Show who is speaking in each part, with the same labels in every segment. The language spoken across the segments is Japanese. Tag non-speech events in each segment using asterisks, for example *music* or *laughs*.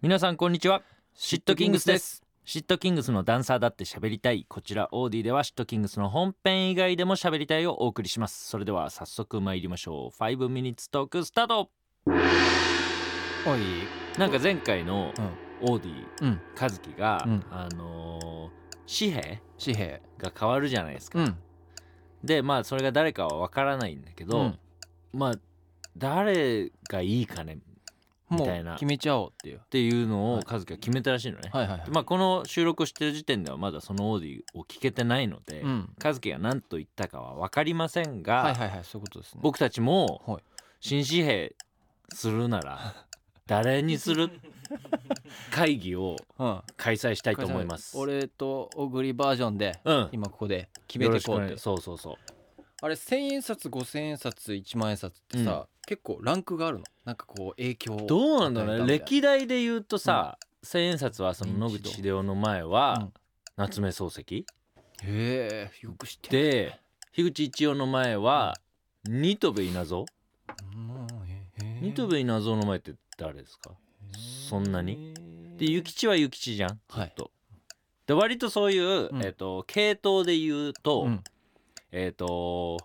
Speaker 1: 皆さんこんにちはシットキングスですシットキングスのダンサーだって喋りたいこちらオーディではシットキングスの本編以外でも喋りたいをお送りしますそれでは早速参りましょう5ミニッツトークスタート
Speaker 2: おい
Speaker 1: なんか前回のオーディ、
Speaker 2: うん
Speaker 1: カズキが、
Speaker 2: うん
Speaker 1: あのー紙幣
Speaker 2: 紙幣
Speaker 1: が変わるじゃないですか、
Speaker 2: ん
Speaker 1: でまあそれが誰かは分からないんだけど、
Speaker 2: うん
Speaker 1: まあ誰がいいかねっみ
Speaker 2: も
Speaker 1: たいな
Speaker 2: う決めちゃおうっていう
Speaker 1: ていうの
Speaker 2: は
Speaker 1: を
Speaker 2: い
Speaker 1: カズキは決めたらしいのね、
Speaker 2: はいはいはい
Speaker 1: まあこの収録をしてる時点ではまだそのオーディを聞けてないので、
Speaker 2: うん
Speaker 1: カズキが何と言ったかは分かりませんが、
Speaker 2: はいはいはいそういうことですね
Speaker 1: 僕たち
Speaker 2: は
Speaker 1: も
Speaker 2: い
Speaker 1: 新紙幣するな
Speaker 2: *laughs*
Speaker 1: ら誰にする会議を
Speaker 2: うん
Speaker 1: 開催したいと思います。
Speaker 2: 俺と小栗バージョンで
Speaker 1: うん、
Speaker 2: 今ここで決めてこうって
Speaker 1: そうそうそう
Speaker 2: あれ千円札五千円札一万円札ってさ、結構ランクがあるのなんかこう影響を
Speaker 1: どうなんだろうね
Speaker 2: 与えたみたい
Speaker 1: 歴代で言うとさ、千円札はその野
Speaker 2: 認知度
Speaker 1: 口英世の前は、
Speaker 2: うん
Speaker 1: 夏目漱石
Speaker 2: へえよく知ってる
Speaker 1: で樋口一葉の前は、新渡戸稲造新渡
Speaker 2: っ
Speaker 1: 戸稲造の前って誰ですかそんなにで諭吉は諭吉じゃん
Speaker 2: はい
Speaker 1: とで割とそういう、
Speaker 2: うん
Speaker 1: えっと系統で言うと、
Speaker 2: うん
Speaker 1: えっ、と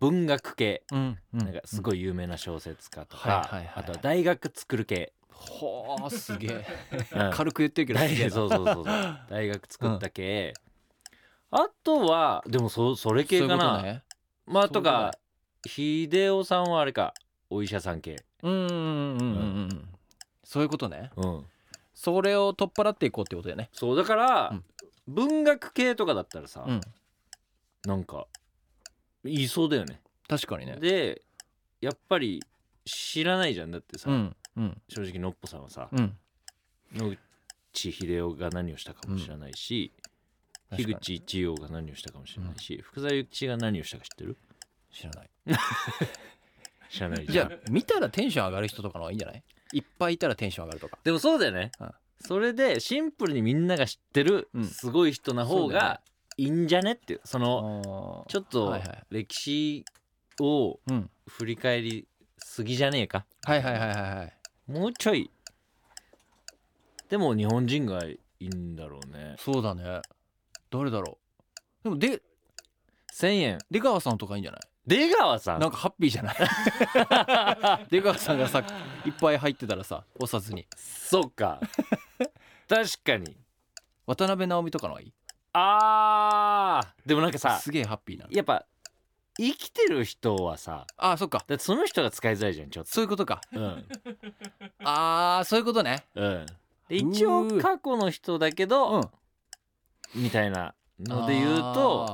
Speaker 1: 文学系
Speaker 2: うんう
Speaker 1: なんかすご
Speaker 2: い
Speaker 1: い有名な小説家と
Speaker 2: はいはい
Speaker 1: か
Speaker 2: はいはい
Speaker 1: あとは大学作る系、
Speaker 2: ほーすげえ
Speaker 1: *laughs* うん
Speaker 2: 軽く言ってるけどすげ
Speaker 1: 大
Speaker 2: え
Speaker 1: *laughs*
Speaker 2: な
Speaker 1: そうそう
Speaker 2: *laughs*
Speaker 1: そうそう大学作った系、あとはでもそそれ系かな
Speaker 2: そういうことね
Speaker 1: まあ
Speaker 2: そうい
Speaker 1: と
Speaker 2: うこと
Speaker 1: か秀夫さんはあれかお医者さん系
Speaker 2: うんうんうんうんうんそういうことね
Speaker 1: うん
Speaker 2: それを取っ払っていこうってことだよね
Speaker 1: そうだから、
Speaker 2: うん
Speaker 1: 文学系とかだったらさ、
Speaker 2: うん
Speaker 1: なんか言いそうだよね
Speaker 2: 確かにね
Speaker 1: でやっぱり知らないじゃんだってさ、
Speaker 2: うんうん
Speaker 1: 正直のっぽさんはさ、
Speaker 2: うん
Speaker 1: 野口英世が何をしたかも知らないし、
Speaker 2: 確か
Speaker 1: 樋
Speaker 2: に
Speaker 1: 口一葉が何をしたかもしれないし、福沢諭吉が何をしたか知ってる
Speaker 2: 知らない
Speaker 1: 知らない
Speaker 2: じ
Speaker 1: じゃ
Speaker 2: ゃ
Speaker 1: ん
Speaker 2: あ見たらテンション上がる人とかの方がいいんじゃないいっぱいいたらテンション上がるとか
Speaker 1: でもそうだよね、
Speaker 2: うん
Speaker 1: それでシンプルにみんなが知ってる
Speaker 2: うん
Speaker 1: すごい人な方
Speaker 2: そうだよね
Speaker 1: がいいんじゃねっていうそのち
Speaker 2: ょっ
Speaker 1: ょっと
Speaker 2: はいはい
Speaker 1: 歴史を
Speaker 2: うん
Speaker 1: 振り返りすぎじゃねえか
Speaker 2: はいはいはいはいはい
Speaker 1: もうちょいでも日本人がいいんだろうね
Speaker 2: そうだね誰だろうでもで
Speaker 1: 1000円
Speaker 2: 出川さんとかいいんじゃない
Speaker 1: 出川さん
Speaker 2: なんかハッピーじゃない出川さんがさいっぱい入ってたらさお札に
Speaker 1: そう
Speaker 2: *laughs*
Speaker 1: か確かに
Speaker 2: 渡辺直美とかの方がいい
Speaker 1: あーでもなんかさ
Speaker 2: すげえハッピーな
Speaker 1: やっぱ生きてる人はさ
Speaker 2: あーそっか
Speaker 1: だってその人が使いづらいじゃんちょっと
Speaker 2: そういうことか
Speaker 1: うん
Speaker 2: あーそういうことね
Speaker 1: うんで一応過去の人だけど、みたいなので言うと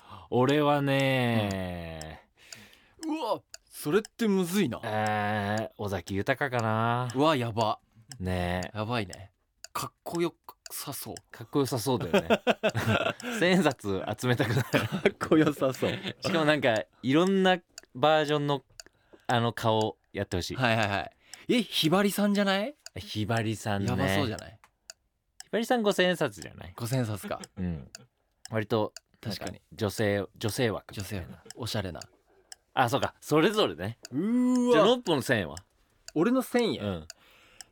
Speaker 2: あ
Speaker 1: 俺はね、
Speaker 2: ーうわそれってむずいな
Speaker 1: えー尾崎豊かな
Speaker 2: うわやば
Speaker 1: ねえ
Speaker 2: やばいねかっこよさそう
Speaker 1: かっこよさそうだよ
Speaker 2: *laughs*
Speaker 1: ね千円札集めたくなる
Speaker 2: かっこよさそうは
Speaker 1: しかもなんかいろんなバージョンのあの顔やってほしい、
Speaker 2: いはいはいえひばりさんじゃない
Speaker 1: ひばりさんね
Speaker 2: やばそうじ
Speaker 1: ゃん
Speaker 2: ゃない
Speaker 1: ひばりさん五千円札じゃない
Speaker 2: 五千冊 *laughs* か
Speaker 1: うん割と
Speaker 2: 確かに
Speaker 1: 女性女性枠
Speaker 2: 女性
Speaker 1: みたいな
Speaker 2: おしゃれな
Speaker 1: あそうかそれぞれね
Speaker 2: うー
Speaker 1: じゃあノッポの千円は
Speaker 2: 俺の千円
Speaker 1: うん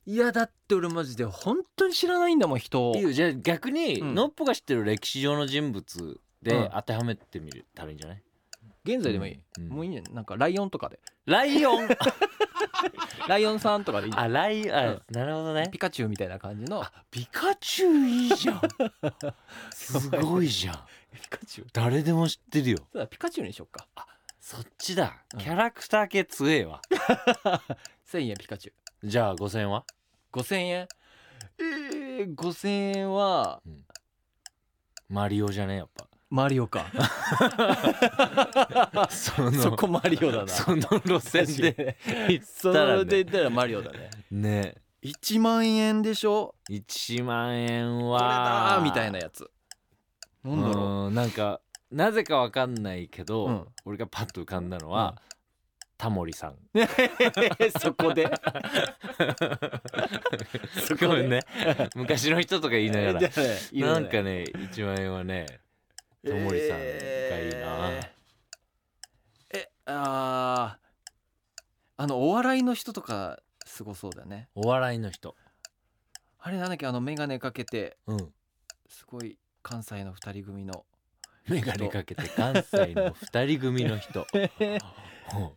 Speaker 2: いやだって俺マジで本当に知らないんだもん人を
Speaker 1: いいよじゃあ逆に、
Speaker 2: うん
Speaker 1: ノッポが知ってる歴史上の人物
Speaker 2: うん
Speaker 1: で当てはめてみるたらいいんじゃない、
Speaker 2: 現在でもいい、
Speaker 1: うん
Speaker 2: もういいんじゃないなんかライオンとか *laughs* で
Speaker 1: ライオン
Speaker 2: ライオンさんとかでいいんじ
Speaker 1: *laughs* あ
Speaker 2: ゃな
Speaker 1: ライオンあなるほどね
Speaker 2: いピカチュウみたいな感じの
Speaker 1: ピカチュウいいじゃん *laughs* すごいじゃん
Speaker 2: ピカチュウ
Speaker 1: 誰でも知ってるよ
Speaker 2: そうだピカチュウにしよっか
Speaker 1: そっちだ
Speaker 2: うん
Speaker 1: キャラクター系強えわ、
Speaker 2: 1000円ピカチュウ
Speaker 1: じゃあ5000円は
Speaker 2: 5000円えー、5000円は
Speaker 1: マリオじゃねえやっ
Speaker 2: マリ
Speaker 1: *laughs*
Speaker 2: オか
Speaker 1: ぱその
Speaker 2: そこマリオだな
Speaker 1: その路線で
Speaker 2: で
Speaker 1: 行った
Speaker 2: そ
Speaker 1: ら
Speaker 2: れで
Speaker 1: ね
Speaker 2: 言ったらマリオだね
Speaker 1: ね
Speaker 2: 1万円でしょ
Speaker 1: 1万円
Speaker 2: これ
Speaker 1: は
Speaker 2: だーみたいなやつなんだろ
Speaker 1: うんなんかなぜかわかんないけど、
Speaker 2: うん
Speaker 1: 俺がパッと浮かんだのは、タモリさん
Speaker 2: う *laughs* そこで
Speaker 1: *laughs*
Speaker 2: そ
Speaker 1: ごめんね *laughs* 昔の人とか言いながら
Speaker 2: な
Speaker 1: なんかね1万円はねタモリさんがいいな、
Speaker 2: えーえあーあのお笑いの人とかすごそうだね
Speaker 1: お笑いの人
Speaker 2: あれなんだっけあの眼鏡かけて
Speaker 1: うん
Speaker 2: すごい関西の二人組の
Speaker 1: 眼鏡かけて関西の二人組の
Speaker 2: *laughs*
Speaker 1: 人うん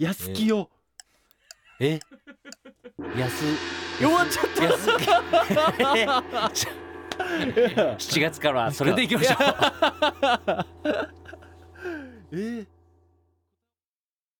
Speaker 2: 安木よ
Speaker 1: え安
Speaker 2: 弱っちゃった *laughs*
Speaker 1: 安木7月からはそれでいきましょう
Speaker 2: *laughs* えー